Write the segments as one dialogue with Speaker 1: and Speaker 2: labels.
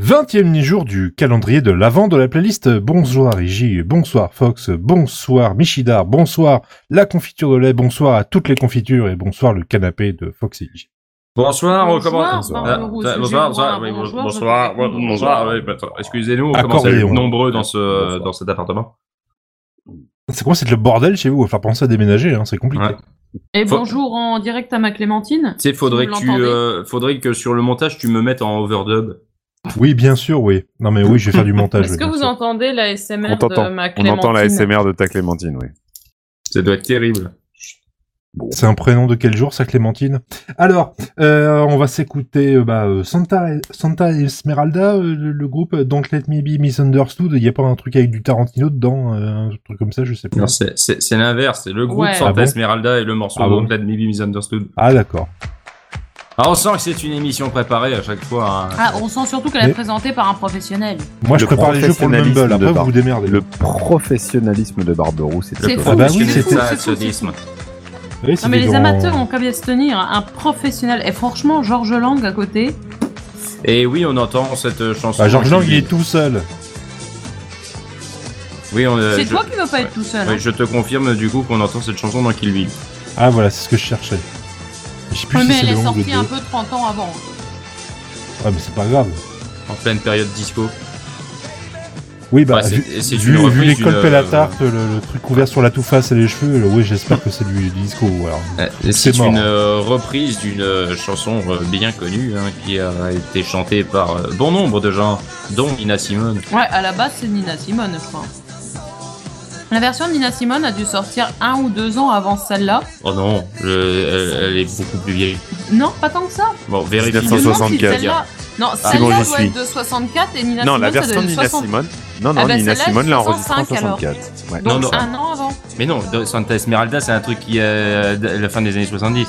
Speaker 1: 20e jour du calendrier de l'avant de la playlist. Bonsoir Iji, bonsoir Fox, bonsoir Michidar, bonsoir la confiture de lait, bonsoir à toutes les confitures et bonsoir le canapé de Fox et Iji.
Speaker 2: Bonsoir,
Speaker 3: Bonsoir,
Speaker 2: comment
Speaker 3: bonsoir,
Speaker 2: Ah,
Speaker 3: Rousse,
Speaker 2: ah,
Speaker 3: je
Speaker 2: Bonsoir,
Speaker 3: vois,
Speaker 2: bonsoir, oui,
Speaker 3: bonjour,
Speaker 2: bonsoir,
Speaker 3: bonjour,
Speaker 2: bonsoir,
Speaker 3: bonjour.
Speaker 2: oui, bah, attends, excusez-nous, on
Speaker 1: Accordéon.
Speaker 2: commence à être nombreux dans ce dans cet appartement.
Speaker 1: C'est quoi, c'est le bordel chez vous Enfin, pensez à déménager, hein, c'est compliqué.
Speaker 2: Ouais.
Speaker 3: Et
Speaker 2: Faut-
Speaker 3: bonjour en direct à ma Clémentine.
Speaker 2: Tu sais, faudrait
Speaker 3: Si
Speaker 2: que
Speaker 3: vous
Speaker 2: tu,
Speaker 3: l'entendez.
Speaker 2: euh, faudrait que sur le montage tu me mettes en overdub.
Speaker 1: Oui, bien sûr, oui. Non mais oui, je vais faire du
Speaker 4: Ah,
Speaker 1: montage.
Speaker 3: Est-ce
Speaker 1: oui,
Speaker 3: que
Speaker 1: bien
Speaker 3: vous
Speaker 1: sûr.
Speaker 3: entendez la SMR
Speaker 4: On t'entend.
Speaker 3: de ma
Speaker 4: On
Speaker 3: Clémentine
Speaker 4: entend la SMR de ta Clémentine, oui.
Speaker 2: Ça doit être terrible.
Speaker 1: C'est un prénom de quel jour, ça, Clémentine Alors, euh, on va s'écouter euh, bah, euh, Santa, Santa Esmeralda, euh, le, le groupe Don't Let Me Be Misunderstood. Il n'y a pas un truc avec du Tarantino dedans, euh, un truc comme ça, je sais pas.
Speaker 2: Non, c'est- c'est c'est l'inverse, c'est le groupe
Speaker 3: Ouais.
Speaker 2: Santa
Speaker 1: Ah bon
Speaker 2: Esmeralda et le morceau
Speaker 1: Ah
Speaker 2: de
Speaker 1: bon
Speaker 2: Don't Let Me Be Misunderstood.
Speaker 1: Ah d'accord.
Speaker 2: Ah, on sent que c'est une émission préparée à chaque fois. hein.
Speaker 3: Ah, on sent surtout qu'elle est
Speaker 1: Mais-
Speaker 3: présentée par un professionnel.
Speaker 1: Moi, je
Speaker 4: Le
Speaker 1: prépare les jeux pour le
Speaker 4: professionnalisme
Speaker 1: Mumble.
Speaker 4: de
Speaker 1: Après, vous
Speaker 4: Bar-
Speaker 1: vous démerdez.
Speaker 4: Le professionnalisme de Barberousse,
Speaker 3: C'est fou.
Speaker 4: top.
Speaker 1: Ah bah oui,
Speaker 2: Professionnel
Speaker 1: c'était-
Speaker 2: saxonisme.
Speaker 1: Oui,
Speaker 3: Non, Ah, mais
Speaker 1: c'était
Speaker 3: les
Speaker 1: dans-
Speaker 3: amateurs ont qu'à bien se tenir. Un professionnel. Et franchement, Georges Lang à côté.
Speaker 2: Et oui, on entend cette euh, chanson.
Speaker 1: Bah, Georges Lang, il
Speaker 2: qui-
Speaker 1: est tout seul.
Speaker 2: Oui, on, euh,
Speaker 3: c'est
Speaker 2: je-
Speaker 3: toi qui veux pas être
Speaker 2: ouais.
Speaker 3: tout seul.
Speaker 2: Oui,
Speaker 3: hein.
Speaker 2: je te confirme du coup qu'on entend cette chanson dans Kill Bill.
Speaker 1: Ah voilà, c'est ce que je cherchais. Je sais plus
Speaker 3: Ouais,
Speaker 1: si
Speaker 3: mais
Speaker 1: c'est
Speaker 3: elle
Speaker 1: le
Speaker 3: est
Speaker 1: 11 ou le
Speaker 3: sortie
Speaker 1: 2.
Speaker 3: un peu 30 ans avant.
Speaker 1: Ah mais c'est pas grave.
Speaker 2: En pleine période disco.
Speaker 1: Oui bah
Speaker 2: Ouais, c'est-
Speaker 1: vu,
Speaker 2: c'est une
Speaker 1: vu- vu
Speaker 2: reprise
Speaker 1: l'école
Speaker 2: d'une,
Speaker 1: pelle à
Speaker 2: euh,
Speaker 1: tarte, le, le truc couvert sur la toufface et les cheveux, euh, oui j'espère que c'est du disco. Alors.
Speaker 2: Euh,
Speaker 1: C'est
Speaker 2: C'est
Speaker 1: mort. hein.
Speaker 2: une euh, reprise d'une euh, chanson euh, bien connue hein, qui a été chantée par euh, bon nombre de gens, dont Nina Simone.
Speaker 3: Ouais, à la base, c'est Nina Simone, je crois. La version de Nina Simone a dû sortir un ou deux ans avant celle-là.
Speaker 2: Oh non, euh, elle, elle est beaucoup plus vieille.
Speaker 3: Non, pas tant que ça.
Speaker 2: Bon, vérifie.
Speaker 3: Je me demande si
Speaker 4: 164.
Speaker 3: celle-là- Non,
Speaker 2: Ah,
Speaker 3: celle-là
Speaker 4: bon, j'y
Speaker 3: doit
Speaker 4: suis.
Speaker 3: être de 64 et Nina
Speaker 4: Non,
Speaker 3: Simone,
Speaker 4: la
Speaker 3: ça
Speaker 4: version
Speaker 3: doit
Speaker 4: de
Speaker 3: être
Speaker 4: Nina
Speaker 3: 60.
Speaker 4: Simone. Non,
Speaker 3: Ah
Speaker 4: non,
Speaker 3: bah,
Speaker 4: Nina
Speaker 3: celle-là,
Speaker 4: Simone l'a enregistrée en
Speaker 3: 65, alors.
Speaker 4: 64. Ouais,
Speaker 3: Donc
Speaker 2: non.
Speaker 3: un an avant.
Speaker 2: Mais non, de- Santa Esmeralda, c'est un truc qui est euh, de la fin des années 70.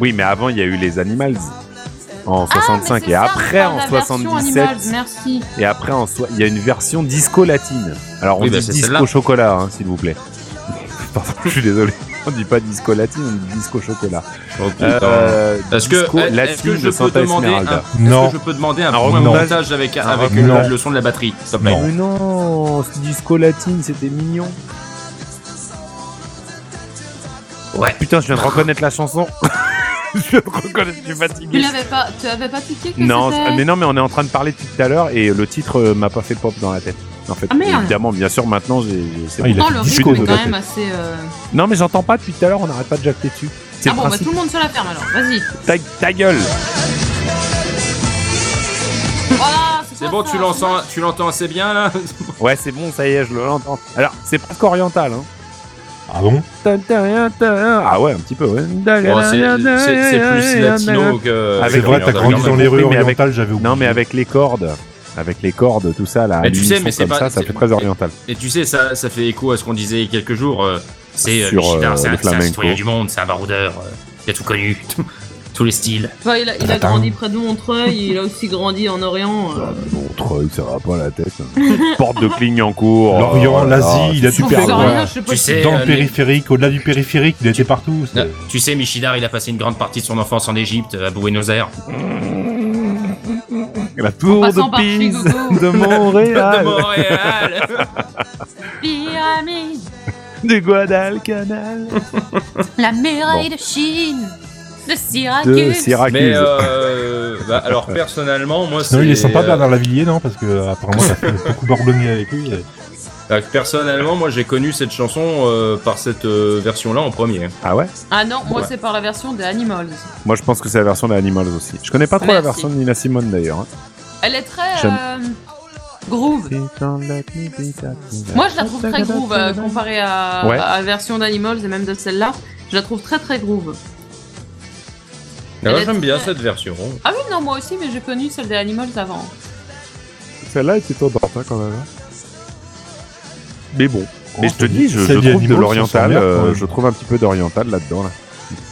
Speaker 4: Oui, mais avant, il y a eu les Animals en
Speaker 3: Ah, mais
Speaker 4: 65
Speaker 3: c'est
Speaker 4: et
Speaker 3: ça,
Speaker 4: après
Speaker 3: on
Speaker 4: en
Speaker 3: parle de la version
Speaker 4: 77
Speaker 3: Animals, merci.
Speaker 4: et après en soi, il y a une version disco latine. Alors on
Speaker 2: Oui,
Speaker 4: dit
Speaker 2: bah, c'est celle-là.
Speaker 4: disco chocolat hein, s'il vous plaît. Pardon, je suis désolé. On dit pas disco latine, on dit disco chocolat. Euh,
Speaker 2: Est-ce que,
Speaker 4: disco
Speaker 2: est-ce
Speaker 4: latine
Speaker 2: que je
Speaker 4: de
Speaker 2: peux
Speaker 4: Santa
Speaker 2: demander un,
Speaker 4: Esmeralda.
Speaker 2: est-ce
Speaker 1: Non.
Speaker 2: que je peux demander un,
Speaker 4: Un
Speaker 2: point
Speaker 4: remontage.
Speaker 2: montage avec,
Speaker 4: Un
Speaker 2: avec
Speaker 1: remontage.
Speaker 2: euh, le son de la batterie, s'il te plaît
Speaker 1: Non.
Speaker 4: Mais non, ce disco latine, c'était mignon.
Speaker 2: Ouais.
Speaker 4: Putain, je viens de reconnaître la chanson. je viens de reconnaître, je suis
Speaker 3: Tu
Speaker 4: fatigué.
Speaker 3: l'avais pas, tu avais pas piqué que
Speaker 4: Non,
Speaker 3: c'était-
Speaker 4: mais non, mais on est en train de parler depuis tout à l'heure et le titre euh, m'a pas fait pop dans la tête. En fait,
Speaker 3: Ah, merde.
Speaker 4: évidemment, bien sûr, maintenant, j'ai. j'ai- c'est
Speaker 1: Ah, il a
Speaker 3: Pourtant,
Speaker 1: fait
Speaker 3: Oh, le
Speaker 1: disco,
Speaker 3: rythme est
Speaker 1: ça,
Speaker 3: quand
Speaker 1: ça
Speaker 3: même assez. euh,
Speaker 4: bon. Non, mais j'entends pas depuis tout à l'heure, on n'arrête pas de jacter dessus. C'est
Speaker 3: Ah
Speaker 4: le
Speaker 3: bon, bah
Speaker 4: principe.
Speaker 3: tout le monde se la ferme alors. Vas-y.
Speaker 4: ta, ta gueule.
Speaker 3: Voilà,
Speaker 2: C'est
Speaker 3: pas
Speaker 2: bon,
Speaker 3: ça.
Speaker 2: tu l'entends, tu l'entends assez bien là
Speaker 4: Ouais, c'est bon, ça y est, je l'entends. Alors, c'est presque oriental, hein.
Speaker 1: Ah bon
Speaker 4: Tan, tan, tan. Ah ouais, un petit peu. ouais.
Speaker 2: Bon, c'est c'est- c'est plus latino que.
Speaker 4: Avec-
Speaker 1: C'est vrai, t'as grandi dans les rues
Speaker 4: Oui, mais avec-
Speaker 1: orientales, j'avais oublié.
Speaker 4: Non, mais avec les cordes. Avec les cordes, tout ça, là.
Speaker 2: Mais tu
Speaker 4: l'unisson
Speaker 2: sais, mais c'est
Speaker 4: comme
Speaker 2: pas-
Speaker 4: ça, ça
Speaker 2: c'est-
Speaker 4: fait très oriental.
Speaker 2: Et tu sais, ça, ça fait écho à ce qu'on disait il y a quelques jours. euh, c'est euh,
Speaker 4: Sur,
Speaker 2: Michidar,
Speaker 4: euh,
Speaker 2: c'est un,
Speaker 4: le
Speaker 2: c'est un
Speaker 4: flamenco.
Speaker 2: citoyen du monde, c'est un baroudeur. euh, il a tout connu, tous les styles.
Speaker 3: Tu vois, il a, il a
Speaker 1: Attends.
Speaker 3: grandi près de Montreuil, il a aussi grandi en Orient.
Speaker 4: Ah,
Speaker 3: euh.
Speaker 4: Montreuil, ça va pas la tête. hein. Porte de Clignancourt.
Speaker 1: L'Orient,
Speaker 4: euh,
Speaker 1: l'Asie, il a
Speaker 3: Sur
Speaker 1: tout perdu.
Speaker 3: Florian,
Speaker 1: Voilà.
Speaker 3: je sais pas
Speaker 2: Tu
Speaker 3: si-
Speaker 2: sais,
Speaker 1: Dans
Speaker 2: euh,
Speaker 1: le périphérique, au-delà du périphérique, il était partout. c'est-
Speaker 2: mais- euh, tu sais, Michidar, il a passé une grande partie de son enfance en Égypte, euh, à Buenos Aires.
Speaker 4: La tour
Speaker 3: passant
Speaker 4: de
Speaker 3: par
Speaker 4: Pise
Speaker 3: Chigogo.
Speaker 4: de
Speaker 2: De
Speaker 4: Montréal,
Speaker 2: Montréal
Speaker 3: Pyramide,
Speaker 4: du Guadalcanal,
Speaker 3: la muraille de Chine, de Syracuse.
Speaker 4: de Syracuse.
Speaker 2: Mais euh, bah, alors, personnellement, moi, c'est.
Speaker 1: Non, il est sympa
Speaker 2: euh,
Speaker 1: Bernard Lavillier, non Parce que euh, apparemment, ça fait beaucoup bordonné avec lui.
Speaker 2: euh, personnellement, moi, j'ai connu cette chanson euh, par cette euh, version-là en premier.
Speaker 4: Ah ouais
Speaker 3: Ah non, moi
Speaker 2: Ouais.
Speaker 3: c'est par la version des Animals.
Speaker 4: Moi je pense que c'est la version de Animals aussi. Je connais pas trop la
Speaker 3: Merci.
Speaker 4: version de Nina Simone d'ailleurs. hein.
Speaker 3: Elle est très
Speaker 4: J'aime.
Speaker 3: euh, groove. Moi, je la trouve très groove euh, comparée à,
Speaker 4: Ouais.
Speaker 3: à la version d'Animals et même de celle-là. Je la trouve très très groove.
Speaker 2: Alors,
Speaker 3: Elle est
Speaker 2: j'aime bien
Speaker 3: très-
Speaker 2: cette version.
Speaker 3: Ah oui, non, moi aussi, mais j'ai connu celle des Animals avant.
Speaker 4: Celle-là était tendance hein, quand même. hein. Mais bon. Mais je te dis, je, je
Speaker 1: Celle des
Speaker 4: trouve de
Speaker 1: animaux,
Speaker 4: l'oriental,
Speaker 1: ça sent bien, quand
Speaker 4: euh,
Speaker 1: même.
Speaker 4: je trouve un petit peu d'oriental là-dedans. Là.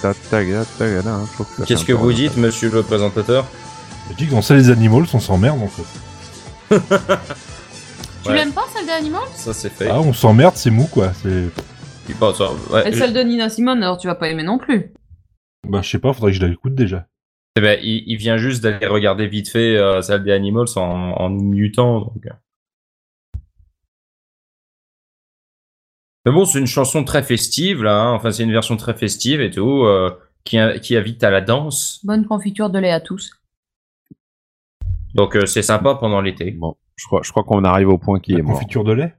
Speaker 4: Ta- ta- ta- ta- ta- hein, je trouve ça
Speaker 2: Qu'est-ce
Speaker 4: fait
Speaker 2: que
Speaker 4: un peu
Speaker 2: vous
Speaker 4: oriental.
Speaker 2: dites, monsieur le présentateur
Speaker 1: Je dis que dans ça, les animaux, on s'emmerde en fait.
Speaker 3: Tu
Speaker 2: Ouais.
Speaker 3: l'aimes pas celle des Animals
Speaker 2: Ça, c'est fait.
Speaker 1: Ah, on s'emmerde, c'est mou quoi. C'est.
Speaker 2: Il pense, ah, ouais,
Speaker 3: Et celle de Nina Simone, alors tu vas pas aimer non plus.
Speaker 1: Bah, je sais pas, faudrait que je l'écoute déjà.
Speaker 2: Eh ben, il, il vient juste d'aller regarder vite fait euh, Salle des Animals en, en nous mutant. Donc... Mais bon, c'est une chanson très festive, là. hein. Enfin, c'est une version très festive et tout, euh, qui, qui invite à la danse.
Speaker 3: Bonne confiture de lait à tous.
Speaker 2: Donc, euh, c'est sympa pendant l'été.
Speaker 4: Bon, je crois, je crois qu'on arrive au point qui
Speaker 1: La
Speaker 4: est mort.
Speaker 1: confiture de lait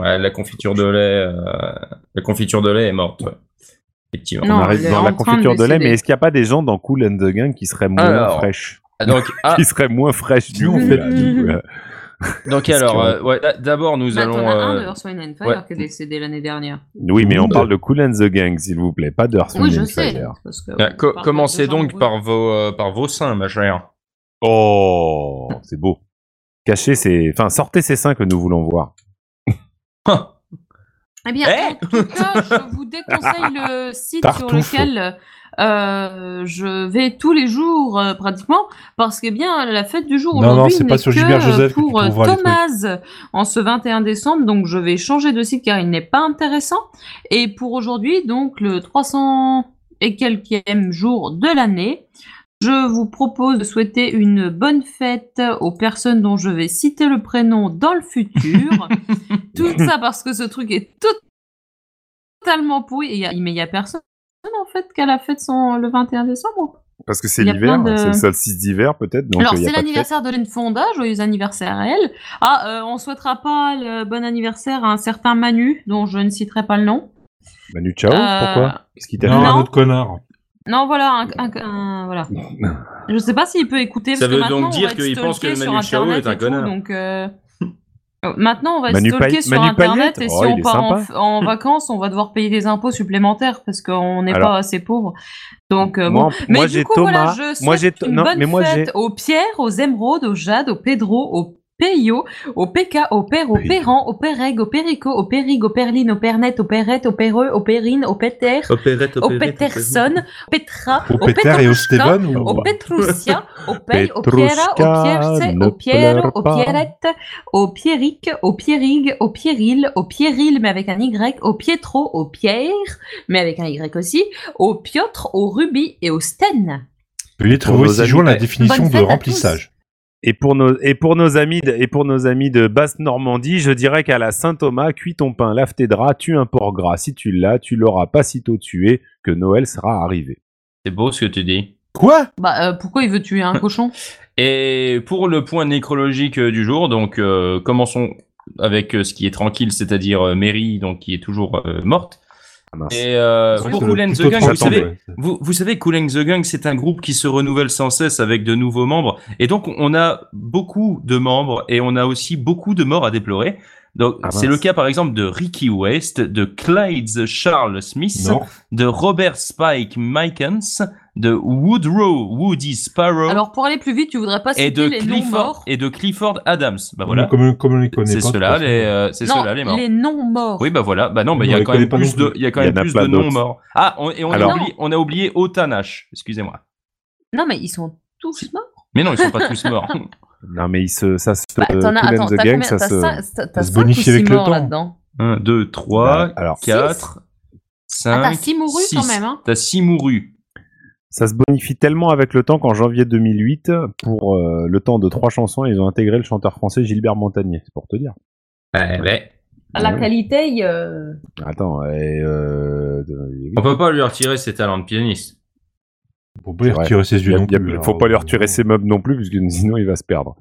Speaker 2: Ouais, la confiture de lait, euh, la confiture de lait est morte, ouais. effectivement.
Speaker 3: Non,
Speaker 4: on arrive
Speaker 3: elle est
Speaker 4: dans
Speaker 3: en
Speaker 4: la
Speaker 3: train de
Speaker 4: confiture de, lait,
Speaker 3: décéder.
Speaker 4: mais est-ce qu'il n'y a pas des gens dans Cool and the Gang qui seraient moins
Speaker 2: Alors,
Speaker 4: fraîches
Speaker 2: Donc, ah,
Speaker 4: Qui seraient moins fraîches du
Speaker 1: Nous, on
Speaker 4: coup,
Speaker 1: fait
Speaker 4: là,
Speaker 1: tout.
Speaker 4: du coup, euh, là.
Speaker 2: donc
Speaker 4: Qu'est-ce
Speaker 2: alors,
Speaker 4: qu'on-
Speaker 2: euh, ouais, d- d'abord nous
Speaker 3: Bah,
Speaker 2: allons.
Speaker 3: t'en as un
Speaker 2: euh,
Speaker 3: de Earth, Wind and Fire
Speaker 2: ouais.
Speaker 3: qui est décédé l'année dernière.
Speaker 4: Oui, mais on
Speaker 1: Oui.
Speaker 4: parle de Cool and the Gang, s'il vous plaît, pas d'Earth
Speaker 3: Oui,
Speaker 4: Wind
Speaker 3: je
Speaker 4: and
Speaker 3: sais.
Speaker 4: Fire.
Speaker 3: parce que
Speaker 2: euh,
Speaker 3: on
Speaker 2: co-
Speaker 3: parle
Speaker 2: commencez
Speaker 3: de gens
Speaker 2: donc
Speaker 3: heureux.
Speaker 2: par vos, euh, par vos seins, ma chère.
Speaker 4: Oh, c'est beau. Cachez ces... Enfin, sortez ces seins que nous voulons voir.
Speaker 2: Ah,
Speaker 3: Eh bien,
Speaker 2: Eh
Speaker 3: en tout cas, je vous déconseille le site
Speaker 4: Tartouffe.
Speaker 3: sur lequel euh, je vais tous les jours euh, pratiquement, parce que eh bien la fête du jour
Speaker 1: Non, non,
Speaker 3: aujourd'hui
Speaker 1: c'est pas
Speaker 3: n'est
Speaker 1: sur
Speaker 3: que,
Speaker 1: Gilbert Joseph que
Speaker 3: euh,
Speaker 1: tu
Speaker 3: pour euh,
Speaker 1: trouveras les
Speaker 3: Thomas en ce 21 décembre, donc je vais changer de site car il n'est pas intéressant. Et pour aujourd'hui, donc le 300 et quelquième jour de l'année, je vous propose de souhaiter une bonne fête aux personnes dont je vais citer le prénom dans le futur. Tout ça parce que ce truc est tout- totalement pourri. Et y a- mais il n'y a personne en fait qu'à la fête son, le 21 décembre.
Speaker 4: Parce que c'est
Speaker 3: Il y a
Speaker 4: l'hiver, hein,
Speaker 3: plein de-
Speaker 4: c'est le solstice d'hiver peut-être. donc,
Speaker 3: Alors
Speaker 4: euh,
Speaker 3: c'est
Speaker 4: y a pas de fête.
Speaker 3: l'anniversaire de Jane Fonda, joyeux anniversaire à elle. Ah, euh, on souhaitera pas le bon anniversaire à un certain Manu dont je ne citerai pas le nom.
Speaker 4: Manu Chao,
Speaker 3: Euh,
Speaker 4: Oh, pourquoi Qu'est-ce qu'il t'a
Speaker 1: Non,
Speaker 4: fait
Speaker 1: un autre connard.
Speaker 3: Non voilà, un, un- un- voilà. Je sais pas s'il peut écouter.
Speaker 2: Ça
Speaker 3: parce que
Speaker 2: veut
Speaker 3: maintenant,
Speaker 2: donc
Speaker 3: on
Speaker 2: dire
Speaker 3: va être
Speaker 2: qu'il pense que
Speaker 3: stalké
Speaker 2: Manu
Speaker 3: sur
Speaker 2: Chao
Speaker 3: Internet
Speaker 2: est un
Speaker 3: et tout,
Speaker 2: connard.
Speaker 3: Donc euh, euh, maintenant on va être
Speaker 4: Manu
Speaker 3: stalké
Speaker 4: Payet-
Speaker 3: sur
Speaker 4: Manu
Speaker 3: Internet
Speaker 4: Payet
Speaker 3: et
Speaker 4: Oh,
Speaker 3: si
Speaker 4: il
Speaker 3: on
Speaker 4: est
Speaker 3: part en,
Speaker 4: sympa.
Speaker 3: en vacances, on va devoir payer des impôts supplémentaires parce qu'on n'est
Speaker 4: Alors.
Speaker 3: pas assez pauvre. Donc euh, bon.
Speaker 4: Moi,
Speaker 3: Mais
Speaker 4: moi,
Speaker 3: du
Speaker 4: j'ai
Speaker 3: coup,
Speaker 4: Thomas.
Speaker 3: voilà, je
Speaker 4: moi
Speaker 3: moi
Speaker 4: j'ai
Speaker 3: une
Speaker 4: non,
Speaker 3: bonne
Speaker 4: mais moi j'ai
Speaker 3: fête aux pierres, aux émeraudes, aux jades, aux Pedro, aux Peyo, aux PK, aux Père, aux
Speaker 4: Pedro.
Speaker 3: Péran, aux Péreg, aux Péricot, aux Périg, aux Perline, aux Pernettes, aux Perrette, aux Perreux, aux Perrine, aux Péter,
Speaker 2: Opérette,
Speaker 3: aux Peterson, aux Petra,
Speaker 1: Au Peter et au Steven ou-
Speaker 3: aux Petrusia, aux Pey, aux Piera,
Speaker 4: Petrushka,
Speaker 3: aux Pierce,
Speaker 4: ne
Speaker 3: aux Pierre,
Speaker 4: pleure
Speaker 3: aux
Speaker 4: pas.
Speaker 3: Pierrette, aux Pierrick, aux Pierrig, aux Pierril, aux Pierril mais avec un Y, aux Pietro, aux Pierre mais avec un Y aussi, aux Piotr, aux Ruby et aux Sten.
Speaker 1: Veuillez trouver
Speaker 4: nos
Speaker 1: si
Speaker 4: amis,
Speaker 1: joint la
Speaker 4: eh,
Speaker 1: définition
Speaker 3: bonne
Speaker 1: de
Speaker 3: fête à
Speaker 1: remplissage.
Speaker 4: et pour nos et pour nos amis de, et pour nos amis de basse Normandie, je dirais qu'à la Saint Thomas, cuis ton pain, lave tes draps, tue un porc gras. Si tu l'as, tu l'auras pas sitôt tué que Noël sera arrivé.
Speaker 2: C'est beau ce que tu dis.
Speaker 1: Quoi
Speaker 3: Bah, euh, pourquoi il veut tuer un cochon
Speaker 2: Et pour le point nécrologique euh, du jour, donc euh, commençons avec euh, ce qui est tranquille, c'est-à-dire euh, Mary, donc qui est toujours euh, morte.
Speaker 4: Ah, mince.
Speaker 2: Et euh,
Speaker 1: Ouais,
Speaker 2: pour
Speaker 1: c'est
Speaker 2: Cool and the
Speaker 1: plutôt
Speaker 2: Gang, vous
Speaker 1: tranquille,
Speaker 2: savez,
Speaker 1: ouais.
Speaker 2: Vous, vous savez, Kool and the Gang, c'est un groupe qui se renouvelle sans cesse avec de nouveaux membres. Et donc, on a beaucoup de membres et on a aussi beaucoup de morts à déplorer. Donc,
Speaker 4: Ah,
Speaker 2: c'est le
Speaker 4: mince.
Speaker 2: cas, par exemple, de Ricky West, de Clyde Charles Smith,
Speaker 1: Non.
Speaker 2: de Robert Spike Mikens, de Woodrow Woody Sparrow
Speaker 3: Alors, pour aller plus vite, tu voudrais pas
Speaker 2: et,
Speaker 3: citer
Speaker 2: de
Speaker 3: les noms
Speaker 2: Clifford,
Speaker 3: morts
Speaker 2: et de Clifford Adams. Bah voilà.
Speaker 1: Comme, comme on les connaît
Speaker 2: C'est
Speaker 1: pas.
Speaker 2: ceux-là,
Speaker 1: de toute
Speaker 2: les, euh, c'est
Speaker 3: Non,
Speaker 2: ceux-là, les morts.
Speaker 3: les noms morts.
Speaker 2: Oui, bah voilà. Bah non, bah
Speaker 1: Nous,
Speaker 2: il y
Speaker 1: on
Speaker 2: a
Speaker 1: les
Speaker 2: quand
Speaker 1: connaît
Speaker 2: même
Speaker 1: pas
Speaker 2: plus
Speaker 1: non
Speaker 2: de,
Speaker 1: plus.
Speaker 2: il y a quand
Speaker 4: Il y
Speaker 2: même
Speaker 4: en a
Speaker 2: plus
Speaker 4: plein
Speaker 2: de noms
Speaker 4: d'autres.
Speaker 2: morts. Ah, on, et on
Speaker 4: Alors.
Speaker 2: a oublié, on a oublié Otanash. Excusez-moi.
Speaker 3: Non, mais ils sont tous morts.
Speaker 2: Mais non, ils sont pas tous morts.
Speaker 4: Non mais il se ça se
Speaker 3: Bah, t'en as,
Speaker 4: Kool and
Speaker 3: attends,
Speaker 4: Euh, the
Speaker 3: t'as
Speaker 4: Gang,
Speaker 3: combien
Speaker 4: ça
Speaker 3: T'as
Speaker 4: se-
Speaker 3: cinq- t'as- t'as
Speaker 1: se
Speaker 3: cinq ou
Speaker 1: bonifie
Speaker 3: six
Speaker 1: avec le
Speaker 3: morts
Speaker 1: temps.
Speaker 3: là-dedans.
Speaker 2: 1, 2, 3,
Speaker 4: Bah, alors
Speaker 2: 4, 5.
Speaker 3: Ah, t'as six mourus quand même, hein.
Speaker 2: T'as 6 mourus.
Speaker 4: Ça se bonifie tellement avec le temps qu'en janvier 2008, pour euh, le temps de trois chansons, ils ont intégré le chanteur français Gilbert Montagnier, c'est pour te dire.
Speaker 2: Ouais, ouais.
Speaker 3: La
Speaker 4: Ouais.
Speaker 3: qualité, il, euh,
Speaker 4: Attends, et, euh, de-
Speaker 2: On peut pas lui retirer ses talents de pianiste.
Speaker 1: façon. Faut pas les
Speaker 4: Ouais.
Speaker 1: retirer ses
Speaker 4: il y
Speaker 1: yeux
Speaker 4: a-
Speaker 1: non
Speaker 4: il y a-
Speaker 1: plus.
Speaker 4: faut
Speaker 1: alors,
Speaker 4: pas lui
Speaker 1: euh,
Speaker 4: retirer ses meubles non plus, parce que sinon il va se perdre.